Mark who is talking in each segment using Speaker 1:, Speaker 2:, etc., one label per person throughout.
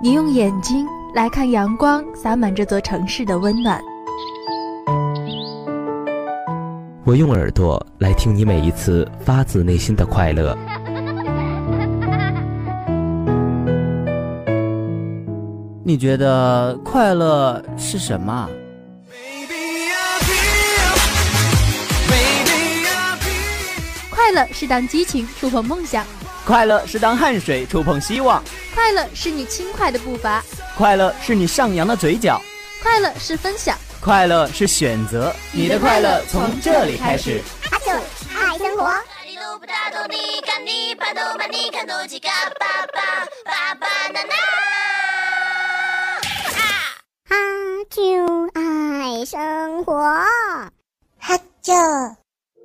Speaker 1: 你用眼睛来看阳光洒满这座城市的温暖。
Speaker 2: 我用耳朵来听你每一次发自内心的快乐。
Speaker 3: 你觉得快乐是什么啊？
Speaker 1: 快乐是当激情触碰梦想，
Speaker 4: 快乐是当汗水触碰希望，
Speaker 1: 快乐是你轻快的步伐，
Speaker 4: 快乐是你上扬的嘴角，
Speaker 1: 快乐是分享。
Speaker 4: 快乐是选择。
Speaker 1: 你的快乐从这里开始。
Speaker 5: 阿九爱生活。阿九爱生活。阿九，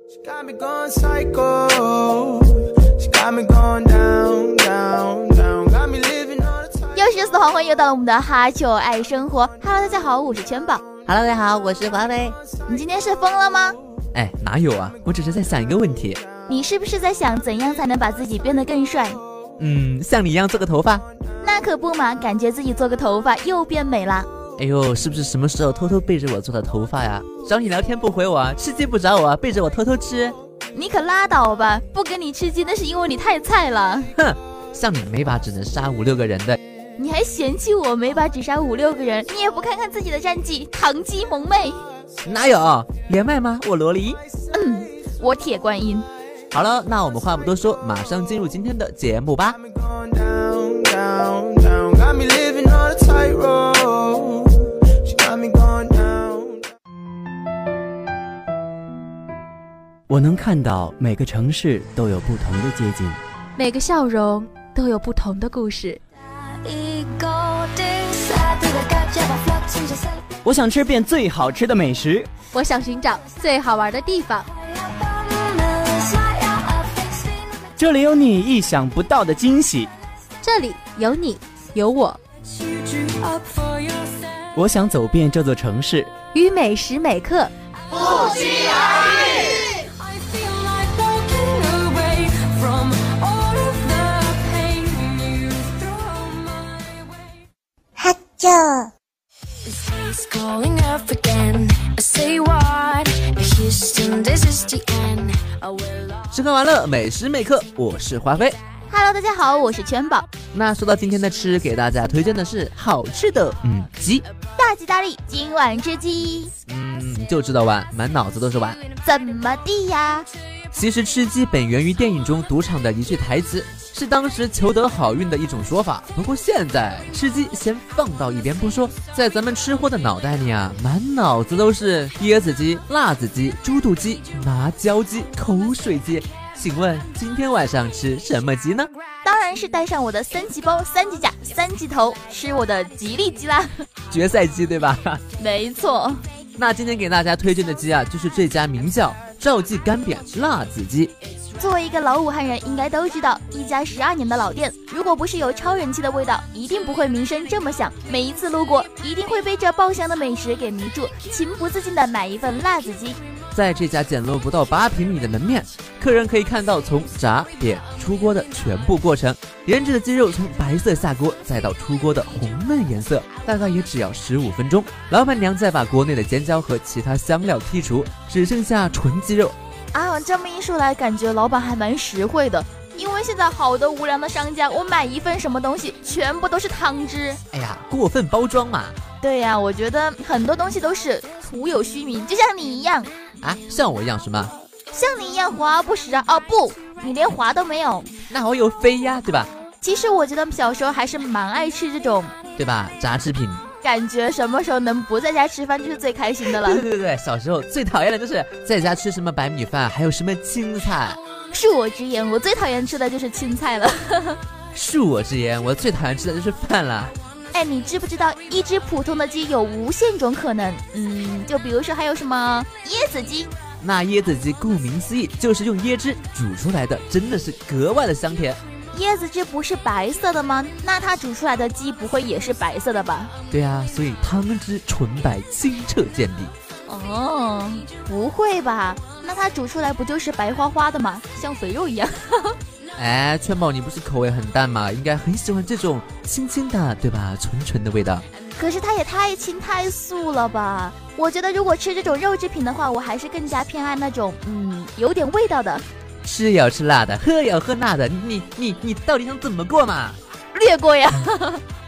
Speaker 6: She got me going psycho. She got me going down, down, down. Got me living on a tight.
Speaker 1: 又是死黄昏，又到了我们的哈秋爱生活。Hello，大家好，我是全宝。
Speaker 3: Hello，大家好，我是华为。
Speaker 1: 你今天是疯了吗？
Speaker 7: 哎，哪有啊？我只是在想一个问题，
Speaker 1: 你是不是在想怎样才能把自己变得更帅？
Speaker 7: 嗯，像你一样做个头发。
Speaker 1: 那可不嘛，感觉自己做个头发又变美啦。
Speaker 7: 哎呦，是不是什么时候偷偷背着我做的头发呀？找你聊天不回我啊，吃鸡不找我啊，背着我偷偷吃。
Speaker 1: 你可拉倒吧，不跟你吃鸡那是因为你太菜了。
Speaker 7: 像你没把只能杀五六个人的，
Speaker 1: 你还嫌弃我没把只杀五六个人，你也不看看自己的战绩，唐鸡萌妹，
Speaker 7: 哪有连麦吗？我罗莉。
Speaker 1: 我铁观音。
Speaker 7: 好了，那我们话不多说，马上进入今天的节目吧
Speaker 6: Got。me going down, down, down. Got me living on a tightrope. She got me going down.
Speaker 3: 我能看到每个城市都有不同的街景，
Speaker 1: 每个笑容都有不同的故事。
Speaker 4: 我想吃遍最好吃的美食。
Speaker 1: 我想寻找最好玩的地方，
Speaker 4: 这里有你意想不到的惊喜。
Speaker 1: 这里有你，有我，
Speaker 4: 我想走遍这座城市，
Speaker 1: 与每时每刻。
Speaker 5: 阿九，
Speaker 8: Calling up again. I say what? Houston, this is the end. I will.
Speaker 7: 吃喝玩乐，每时每刻，我是华妃。
Speaker 1: Hello，大家好，我是全宝，
Speaker 7: 那说到今天的吃，给大家推荐的是好吃的嗯鸡，
Speaker 1: 大吉大利，今晚吃鸡，
Speaker 7: 嗯你就知道玩，满脑子都是玩。
Speaker 1: 怎么地呀？
Speaker 7: 其实吃鸡本源于电影中赌场的一句台词，是当时求得好运的一种说法。不过现在吃鸡先放到一边不说，在咱们吃货的脑袋里啊，满脑子都是椰子鸡、辣子鸡、猪肚鸡、麻椒鸡、口水鸡。请问今天晚上吃什么鸡呢？
Speaker 1: 当然是带上我的三级包、三级甲、三级头，吃我的吉利鸡啦。
Speaker 7: 决赛鸡对吧？
Speaker 1: 没错，
Speaker 7: 那今天给大家推荐的鸡啊，就是这家名叫赵记干煸辣子鸡。
Speaker 1: 作为一个老武汉人，应该都知道一家十二年的老店，如果不是有超人气的味道，一定不会名声这么响。每一次路过，一定会被这爆香的美食给迷住，情不自禁的买一份辣子鸡。
Speaker 7: 在这家简陋不到八平米的门面，客人可以看到从炸、点、出锅的全部过程。腌制的鸡肉从白色下锅，再到出锅的红嫩颜色，大概也只要十五分钟。老板娘再把锅内的尖椒和其他香料剔除，只剩下纯鸡肉。
Speaker 1: 啊，这么一说来，感觉老板还蛮实惠的。因为现在好多无良的商家，我买一份什么东西，全部都是汤汁。
Speaker 7: 哎呀，过分包装嘛！
Speaker 1: 对呀、我觉得很多东西都是徒有虚名，就像你一样，
Speaker 7: 啊，像我一样是吗？
Speaker 1: 像你一样华而不实啊！哦不，你连华都没有。
Speaker 7: 那我有飞呀，对吧？
Speaker 1: 其实我觉得小时候还是蛮爱吃这种，
Speaker 7: 对吧？炸制品。
Speaker 1: 感觉什么时候能不在家吃饭就是最开心的了
Speaker 7: 对。 对对对，小时候最讨厌的就是在家吃什么白米饭，还有什么青菜。
Speaker 1: 恕我直言，我最讨厌吃的就是青菜了。
Speaker 7: 恕我直言，我最讨厌吃的就是饭了。
Speaker 1: 哎，你知不知道一只普通的鸡有无限种可能？嗯，就比如说还有什么椰子鸡，
Speaker 7: 那椰子鸡顾名思义就是用椰汁煮出来的，真的是格外的香甜。
Speaker 1: 椰子汁不是白色的吗？那它煮出来的鸡不会也是白色的吧？
Speaker 7: 对啊，所以汤汁纯白，清澈见底。
Speaker 1: 哦，不会吧？那它煮出来不就是白花花的吗？像肥肉一样。
Speaker 7: 哎，劝宝，你不是口味很淡嘛，应该很喜欢这种清清的，对吧？纯纯的味道。
Speaker 1: 可是它也太清太素了吧？我觉得如果吃这种肉制品的话，我还是更加偏爱那种嗯有点味道的。
Speaker 7: 吃有吃辣的，喝有喝辣的，你你你到底想怎么过嘛？
Speaker 1: 略过呀，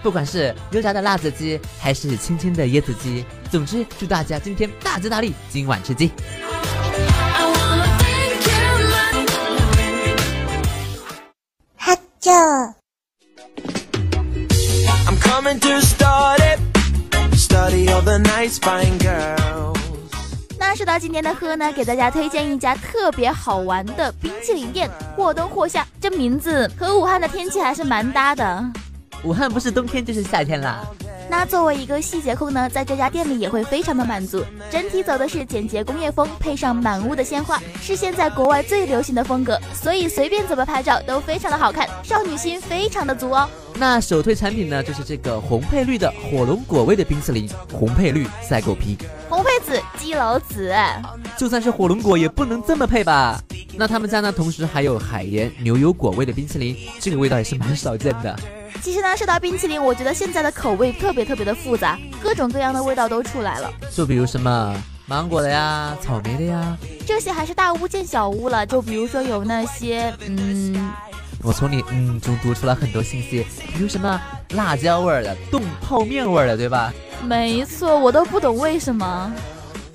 Speaker 7: 不管是油炸的辣子鸡，还是清清的椰子鸡，总之祝大家今天大吉大利，今晚吃鸡。
Speaker 8: I wanna thank you, love.
Speaker 5: 哈啾
Speaker 6: I'm coming to study, study all the nice fine girls.
Speaker 1: 那说到今天的喝呢，给大家推荐一家特别好玩的冰淇淋店，或冬或夏，这名字和武汉的天气还是蛮搭的。
Speaker 7: 武汉不是冬天就是夏天啦。
Speaker 1: 那作为一个细节控呢，在这家店里也会非常的满足。整体走的是简洁工业风，配上满屋的鲜花，是现在国外最流行的风格，所以随便怎么拍照都非常的好看，少女心非常的足哦。
Speaker 7: 那首推产品呢，就是这个红配绿的火龙果味的冰淇淋，红配绿赛狗皮，
Speaker 1: 红配紫，鸡楼紫，
Speaker 7: 就算是火龙果也不能这么配吧？那他们家呢，同时还有海盐牛油果味的冰淇淋，这个味道也是蛮少见的。
Speaker 1: 其实呢，说到冰淇淋，我觉得现在的口味特别特别的复杂，各种各样的味道都出来了。
Speaker 7: 就比如什么芒果的呀，草莓的呀，
Speaker 1: 这些还是大巫见小巫了，就比如说有那些，嗯，
Speaker 7: 我从你嗯中读出了很多信息，比如什么辣椒味儿的、冻泡面味儿的，对吧？
Speaker 1: 没错，我都不懂为什么。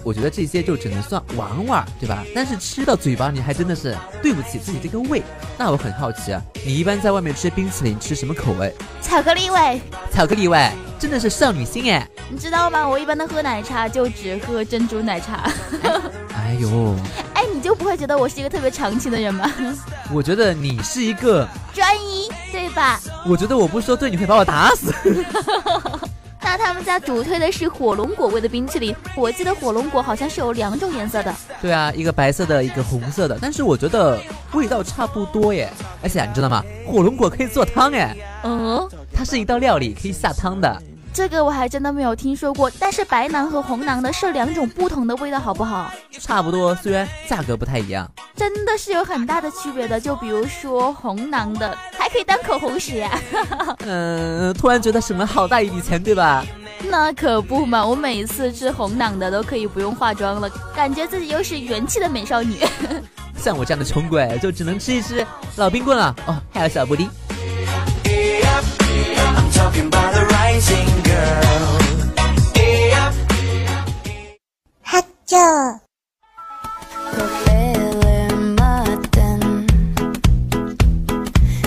Speaker 7: 我觉得这些就只能算玩玩，对吧？但是吃到嘴巴里还真的是对不起自己这个胃。那我很好奇啊，你一般在外面吃冰淇淋吃什么口味？
Speaker 1: 巧克力味，
Speaker 7: 巧克力味，真的是少女心哎！
Speaker 1: 你知道吗？我一般的喝奶茶就只喝珍珠奶茶。
Speaker 7: 哎呦，
Speaker 1: 哎，你就不会觉得我是一个特别长情的人吗？
Speaker 7: 我觉得你是一个，
Speaker 1: 专一，对吧？
Speaker 7: 我觉得我不说对你会把我打死。
Speaker 1: 那他们家主推的是火龙果味的冰淇淋，我记得火龙果好像是有两种颜色的。
Speaker 7: 对啊，一个白色的，一个红色的，但是我觉得味道差不多耶。而且、啊、你知道吗？火龙果可以做汤哎，
Speaker 1: 嗯，
Speaker 7: 它是一道料理，可以下汤的。
Speaker 1: 这个我还真的没有听说过。但是白囊和红囊的是两种不同的味道，好不好？
Speaker 7: 差不多，虽然价格不太一样。
Speaker 1: 真的是有很大的区别的。就比如说红囊的，还可以当口红使呀、
Speaker 7: 嗯、突然觉得省了好大一笔钱，对吧？
Speaker 1: 那可不嘛，我每次吃红囊的都可以不用化妆了，感觉自己又是元气的美少女。
Speaker 7: 像我这样的穷鬼，就只能吃一吃老冰棍了。哦，还有小布丁。
Speaker 6: I'm talking about the rising girl. Yeah.
Speaker 5: 哈啾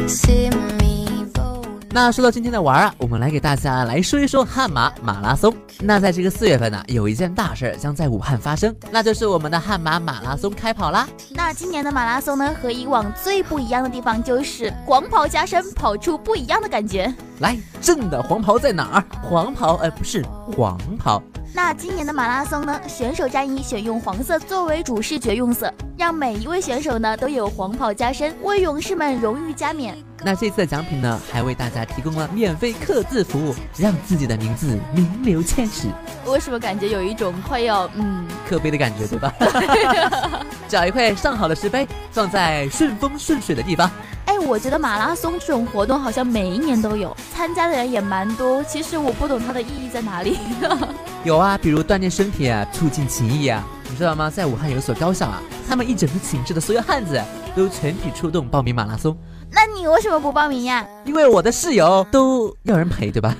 Speaker 8: See me bone.
Speaker 7: 那说到今天的玩儿啊，我们来给大家来说一说汉马马拉松。那在这个四月份呢，有一件大事儿将在武汉发生，那就是我们的汉马马拉松开跑啦。
Speaker 1: 那今年的马拉松呢，和以往最不一样的地方就是广跑加深，跑出不一样的感觉。
Speaker 7: 来，朕的黄袍在哪儿？黄袍，呃，不是黄袍，
Speaker 1: 那今年的马拉松呢，选手战衣选用黄色作为主视觉用色，让每一位选手呢都有黄袍加身，为勇士们荣誉加冕。
Speaker 7: 那这次的奖品呢，还为大家提供了免费刻字服务，让自己的名字名留千史，
Speaker 1: 为什么感觉有一种快要嗯？
Speaker 7: 刻碑的感觉，对吧？找一块上好的石碑，放在顺风顺水的地方。
Speaker 1: 哎，我觉得马拉松这种活动好像每一年都有，参加的人也蛮多。其实我不懂它的意义在哪里。
Speaker 7: 有啊，比如锻炼身体啊，促进情谊啊，你知道吗？在武汉有一所高校啊，他们一整个寝室的所有汉子都全体出动报名马拉松，
Speaker 1: 那你为什么不报名呀？
Speaker 7: 因为我的室友都要人陪，对吧？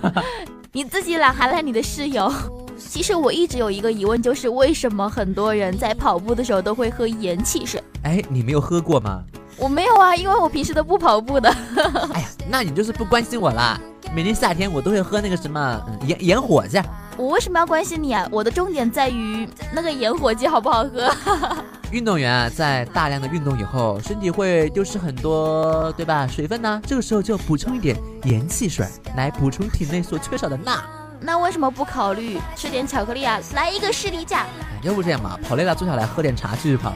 Speaker 1: 你自己懒还赖你的室友。其实我一直有一个疑问，就是为什么很多人在跑步的时候都会喝盐汽水？
Speaker 7: 哎，你没有喝过吗？
Speaker 1: 我没有啊，因为我平时都不跑步的。
Speaker 7: 哎呀，那你就是不关心我啦。每年夏天我都会喝那个什么嗯盐盐火鸡，
Speaker 1: 我为什么要关心你啊？我的重点在于那个盐火鸡好不好喝？
Speaker 7: 运动员啊，在大量的运动以后，身体会丢失很多，对吧？水分呢、这个时候就要补充一点盐汽水来补充体内所缺少的钠。
Speaker 1: 那为什么不考虑吃点巧克力啊？来一个士力架。
Speaker 7: 哎要不这样吧，跑累了坐下来喝点茶，继续跑，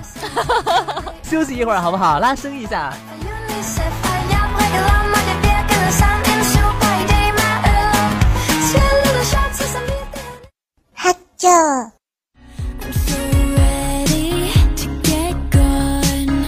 Speaker 7: 休息一会儿好不好？拉伸一下。
Speaker 5: 哈啾。
Speaker 8: I'm so ready to get gone.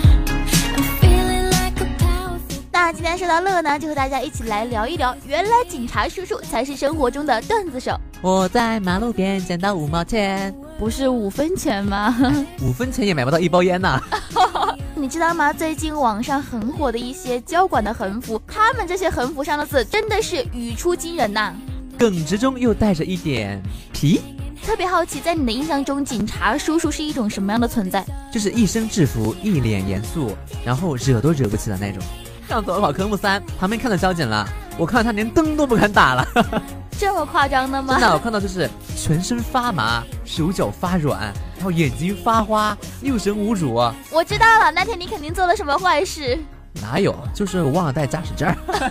Speaker 8: I'm feeling like a powerful
Speaker 1: 今天说到乐呢，就和大家一起来聊一聊，原来警察叔叔才是生活中的段子手，
Speaker 7: 我在马路边捡到五毛钱，
Speaker 1: 不是五分钱吗？
Speaker 7: 五分钱也买不到一包烟呐、
Speaker 1: 你知道吗？最近网上很火的一些交管的横幅，他们这些横幅上的字真的是语出惊人呐、
Speaker 7: 耿直中又带着一点皮，
Speaker 1: 特别好奇，在你的印象中，警察叔叔是一种什么样的存在？
Speaker 7: 就是一身制服，一脸严肃，然后惹都惹不起的那种。上次我考科目三，旁边看到交警了，我看到他连灯都不敢打了，
Speaker 1: 这么夸张的吗
Speaker 7: 真？的，我看到就是全身发麻，手脚发软，然后眼睛发花，六神无主。啊
Speaker 1: 我知道了，那天你肯定做了什么坏事。
Speaker 7: 哪有？就是我忘了带驾驶证儿，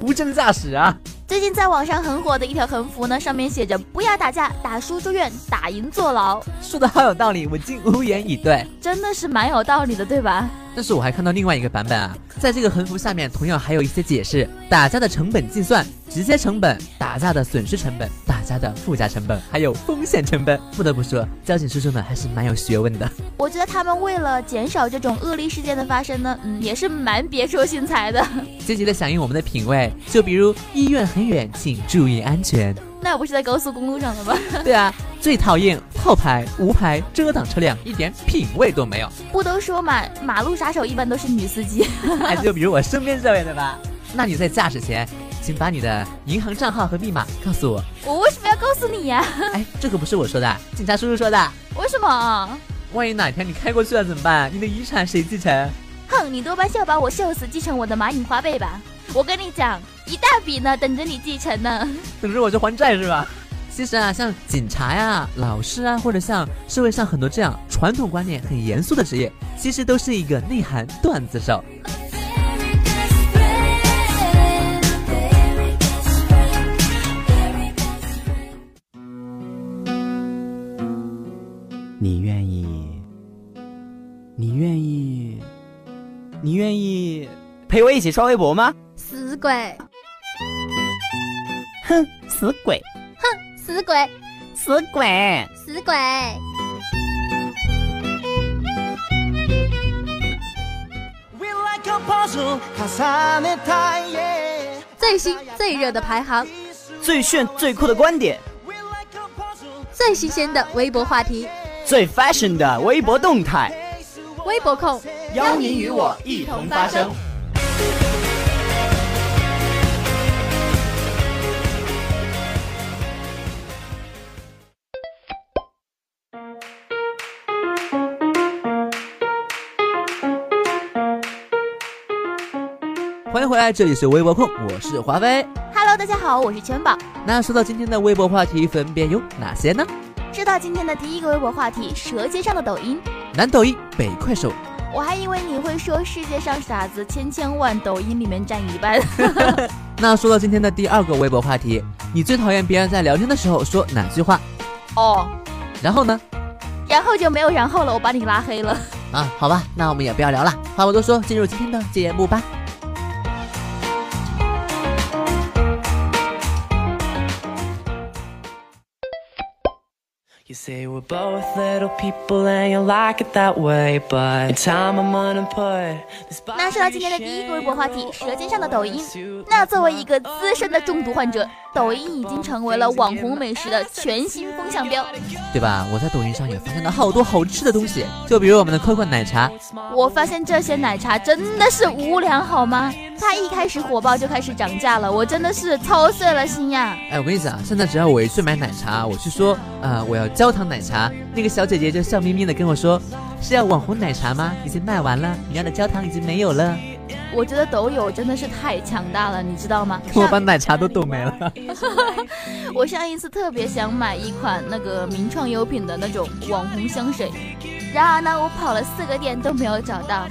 Speaker 7: 无证驾驶啊！
Speaker 1: 最近在网上很火的一条横幅呢，上面写着“不要打架，打输住院，打赢坐牢
Speaker 7: 说的好有道理，我竟无言以对。”，
Speaker 1: 真的是蛮有道理的，对吧？
Speaker 7: 但是我还看到另外一个版本啊，在这个横幅下面同样还有一些解释：打架的成本计算、直接成本、打架的损失成本、打架的附加成本，还有风险成本。不得不说，交警叔叔们还是蛮有学问的。
Speaker 1: 我觉得他们为了减少这种恶劣事件的发生呢，嗯，也是蛮别出心裁的。
Speaker 7: 积极的响应我们的品味，就比如医院很远，请注意安全。
Speaker 1: 那不是在高速公路上了吗？
Speaker 7: 对啊，最讨厌套牌、无牌、遮挡车辆，一点品味都没有。
Speaker 1: 不都说嘛，马路杀手一般都是女司机。
Speaker 7: 哎，就比如我身边这位，对吧？那你在驾驶前，请把你的银行账号和密码告诉我。
Speaker 1: 我为什么要告诉你呀、
Speaker 7: 哎，这个不是我说的，警察叔叔说的。
Speaker 1: 为什么？
Speaker 7: 万一哪天你开过去了怎么办？你的遗产谁继承？
Speaker 1: 哼，你多半是要把我秀死，继承我的蚂蚁花呗吧？我跟你讲，一大笔呢，等着你继承呢。
Speaker 7: 等着我去还债是吧？其实啊，像警察呀、老师啊，或者像社会上很多这样传统观念很严肃的职业，其实都是一个内涵段子手。
Speaker 3: 你愿意，你愿意，你愿意
Speaker 4: 陪我一起刷微博吗？
Speaker 9: 死鬼，
Speaker 4: 哼，死鬼，
Speaker 9: 死鬼，
Speaker 4: 死鬼！
Speaker 9: 死鬼！最新最热的排行，
Speaker 4: 最炫最酷的观点，
Speaker 9: 最新鲜的微博话题，
Speaker 4: 最 fashion 的微博动态，
Speaker 9: 微博控邀您与我
Speaker 4: 一
Speaker 9: 同发声。
Speaker 7: 欢迎回来，这里是微博控，我是华为。
Speaker 1: Hello，大家好，我是全宝。
Speaker 7: 那说到今天的微博话题，分别有哪些呢？
Speaker 1: 知道今天的第一个微博话题《舌尖上的抖音
Speaker 7: 南抖音，北快手，》，
Speaker 1: 我还以为你会说世界上傻子千千万，抖音里面占一半。
Speaker 7: 那说到今天的第二个微博话题，你最讨厌别人在聊天的时候说哪句话？
Speaker 1: 哦，
Speaker 7: 然后呢？
Speaker 1: 然后就没有然后了，我把你拉黑了。
Speaker 7: 啊，好吧，那我们也不要聊了，话不多说，进入今天的节目吧。
Speaker 10: You say we're both little people and you like it that way, but in time I'm gonna put this
Speaker 1: 那说到今天的第一个微博话题《舌尖上的抖音》，那作为一个资深的中毒患者，抖音已经成为了网红美食的全新风向标。
Speaker 7: 对吧？我在抖音上也发现了好多好吃的东西，就比如我们的 QQ 奶茶，
Speaker 1: 我发现这些奶茶真的是无良好吗？它一开始火爆就开始涨价了，我真的是操碎了心呀！
Speaker 7: 哎，我跟你讲，现在只要我一去买奶茶，我去说，呃，我要焦糖奶茶，那个小姐姐就笑眯眯的跟我说，是要网红奶茶吗？已经卖完了，你要的焦糖已经没有了，
Speaker 1: 我觉得抖友真的是太强大了，你知道吗？
Speaker 7: 我把奶茶都冻没了。
Speaker 1: 上我上一次特别想买一款那个名创优品的那种网红香水，然而呢，我跑了四个店都没有找到。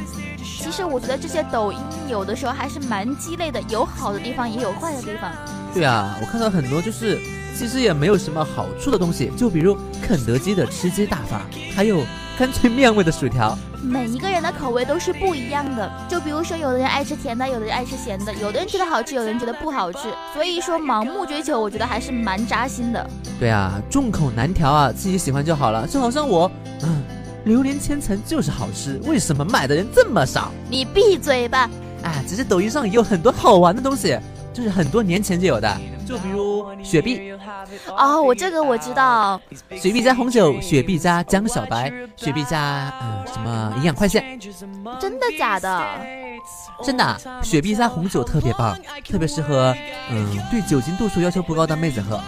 Speaker 1: 其实我觉得这些抖音有的时候还是蛮鸡肋的，有好的地方也有坏的地方。
Speaker 7: 对啊，我看到很多就是其实也没有什么好处的东西，就比如肯德基的吃鸡大法，还有干脆面味的薯条。
Speaker 1: 每一个人的口味都是不一样的，就比如说，有的人爱吃甜的，有的人爱吃咸的，有的人觉得好吃，有的人觉得不好吃。所以说，盲目追求，我觉得还是蛮扎心的。
Speaker 7: 对啊，众口难调啊，自己喜欢就好了。就好像我，啊嗯，榴莲千层就是好吃，为什么卖的人这么少？
Speaker 1: 你闭嘴吧！
Speaker 7: 哎，其实抖音上也有很多好玩的东西，就是很多年前就有的，就比如雪碧，
Speaker 1: 哦，我这个我知道，
Speaker 7: 雪碧加红酒，雪碧加江小白，雪碧加嗯、什么营养快线，
Speaker 1: 真的假的？
Speaker 7: 真的啊、雪碧加红酒特别棒，特别适合嗯对酒精度数要求不高的妹子喝。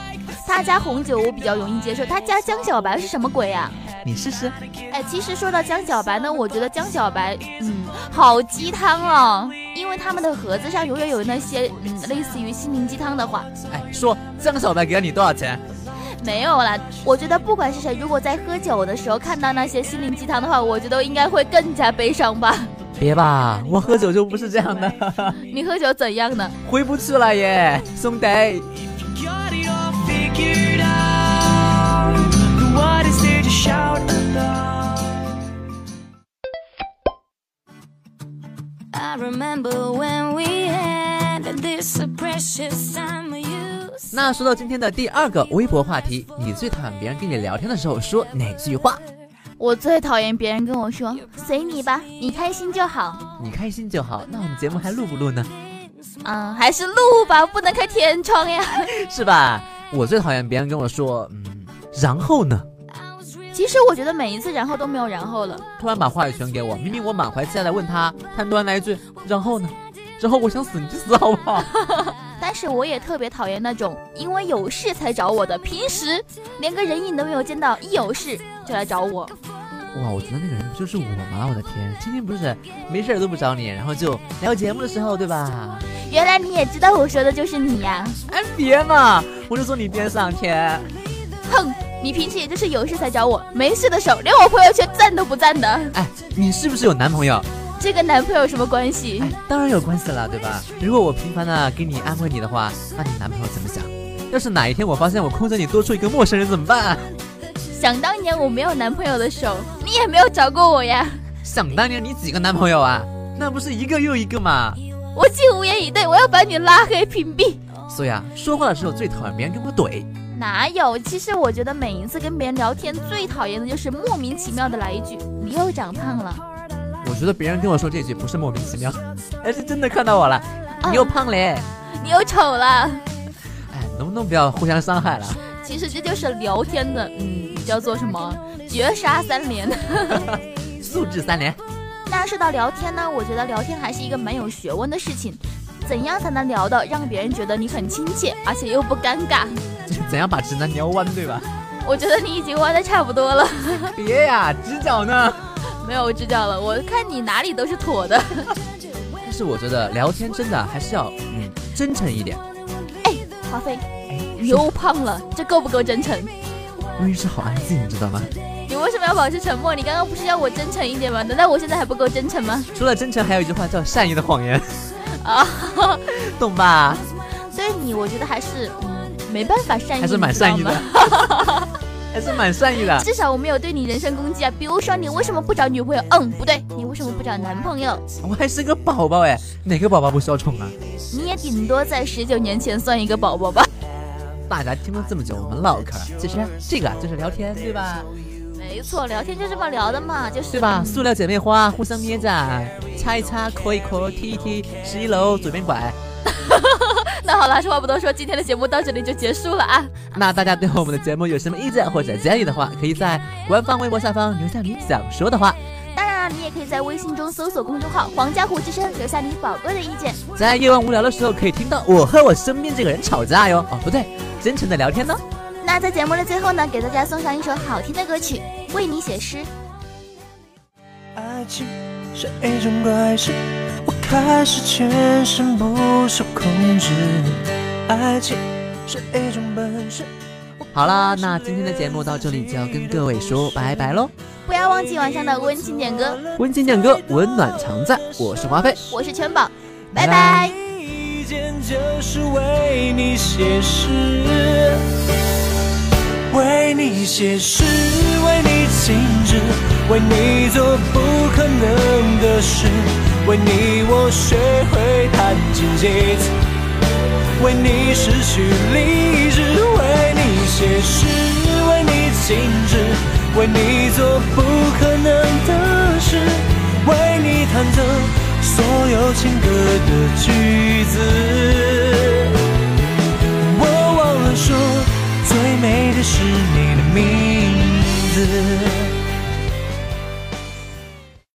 Speaker 1: 他加红酒我比较容易接受，他加江小白是什么鬼呀、
Speaker 7: 你试试，
Speaker 1: 哎，其实说到江小白呢，我觉得江小白，嗯，好鸡汤哦，因为他们的盒子上永远有那些，嗯，类似于心灵鸡汤的话。
Speaker 7: 哎，说江小白给了你多少钱？
Speaker 1: 没有啦，我觉得不管是谁，如果在喝酒的时候看到那些心灵鸡汤的话，我觉得应该会更加悲伤吧。
Speaker 7: 别吧，我喝酒就不是这样的，
Speaker 1: 你喝酒怎样呢？
Speaker 7: 回不去了耶，兄弟。
Speaker 10: What is there to shout about?
Speaker 8: I remember when we had this precious time we used.
Speaker 7: 那说到今天的第二个微博话题，你最讨厌别人跟你聊天的时候说哪句话？
Speaker 1: 我最讨厌别人跟我说“随你吧，你开心就好
Speaker 7: 你开心就好。那我们节目还录不录呢？”，
Speaker 1: 嗯，还是录吧，不能开天窗呀。
Speaker 7: 是吧？我最讨厌别人跟我说，嗯，然后呢？
Speaker 1: 其实我觉得每一次然后都没有然后了。
Speaker 7: 突然把话语权给我，明明我满怀期待的问他，他突然来一句，然后呢？然后我想死你去死好不 好？
Speaker 1: 但是我也特别讨厌那种因为有事才找我的，平时连个人影都没有见到，一有事就来找我。
Speaker 7: 哇，我觉得那个人不就是我吗？我的天，天天不是没事儿都不找你，然后就聊节目的时候，对吧？
Speaker 1: 原来你也知道我说的就是你呀、
Speaker 7: 哎，别嘛，我就坐你边上哎天。
Speaker 1: 哼，你平时也就是有事才找我，没事的时候连我朋友圈赞都不赞的，
Speaker 7: 哎，你是不是有男朋友？
Speaker 1: 这跟男朋友有什么关系
Speaker 7: 哎？，当然有关系了，对吧？如果我频繁的给你安慰你的话，那你男朋友怎么想？要是哪一天我发现我空着你多出一个陌生人怎么办？
Speaker 1: 想当年我没有男朋友的时候，你也没有找过我呀，
Speaker 7: 想当年你几个男朋友啊？那不是一个又一个吗？
Speaker 1: 我竟无言以对，我要把你拉黑屏蔽。
Speaker 7: 所以啊，说话的时候最讨厌别人跟我怼。
Speaker 1: 哪有？其实我觉得每一次跟别人聊天，最讨厌的就是莫名其妙的来一句“你又长胖了
Speaker 7: 我觉得别人跟我说这句不是莫名其妙，而是真的看到我了，
Speaker 1: 哦
Speaker 7: 你又胖嘞。”，
Speaker 1: 你又丑了。
Speaker 7: 哎，能不能不要互相伤害了？
Speaker 1: 其实这就是聊天的，嗯，叫做什么绝杀三连。
Speaker 7: 素质三 连。
Speaker 1: 那说到聊天呢，我觉得聊天还是一个蛮有学问的事情。怎样才能聊到让别人觉得你很亲切，而且又不尴尬？
Speaker 7: 怎样把直男撩弯，对吧？
Speaker 1: 我觉得你已经弯的差不多了，
Speaker 7: 别呀，直角呢？
Speaker 1: 没有指教了。我看你哪里都是妥的。
Speaker 7: 但是我觉得聊天真的还是要嗯真诚一点。
Speaker 1: 华妃，你又胖了，这够不够真诚？
Speaker 7: 录音室好安静，你知道吗？
Speaker 1: 你为什么要保持沉默？你刚刚不是要我真诚一点吗？难道我现在还不够真诚吗？
Speaker 7: 除了真诚，还有一句话叫善意的谎言，
Speaker 1: 啊，
Speaker 7: 懂吧？
Speaker 1: 对你，我觉得还是嗯没办法善意，
Speaker 7: 还是蛮善意
Speaker 1: 你
Speaker 7: 的
Speaker 1: 知道吗。，
Speaker 7: 还是蛮善意的。
Speaker 1: 至少我没有对你人身攻击啊，比如说你为什么不找女朋友？嗯，不对，你为什么不找男朋友？
Speaker 7: 我还是个宝宝哎，哪个宝宝不需要宠啊？
Speaker 1: 你也顶多在十九年前算一个宝宝吧。
Speaker 7: 大家听了这么久，我们唠嗑，其实这个啊就是聊天，对吧？
Speaker 1: 没错，聊天就这么聊的嘛，就是
Speaker 7: 对吧？塑料姐妹花互相捏着，擦一擦，抠一抠，踢一踢，十一楼左边拐。
Speaker 1: 那好了，说话不多说，今天的节目到这里就结束了啊。
Speaker 7: 那大家对我们的节目有什么意见或者建议的话，可以在官方微博下方留下你想说的话。
Speaker 1: 当然了，你也可以在微信中搜索公众号“黄家湖之声”，留下你宝贵的意见。
Speaker 7: 在夜晚无聊的时候，可以听到我和我身边这个人吵架哟。哦，不对，真诚的聊天呢。
Speaker 1: 那在节目的最后呢，给大家送上一首好听的歌曲《为你写诗》。
Speaker 10: 爱情是一种怪事，我开始全身不受控制。爱情是一种本事。
Speaker 7: 好啦，那今天的节目到这里就要跟各位说拜拜喽。
Speaker 1: 不要忘记晚上的温馨点歌。
Speaker 7: 温馨点歌，温暖常在。我是华妃，
Speaker 1: 我是全宝，拜
Speaker 7: 拜
Speaker 1: 拜。
Speaker 10: 一见就是为你写诗，为你写诗，为你静止，为你做不可能的事，为你我学会弹琴吉他，为你失去理智，为你写诗，为你静止，为你做不可能的事，为你弹奏。
Speaker 7: 所有情歌的句子。我忘了说，最美的是你的名字。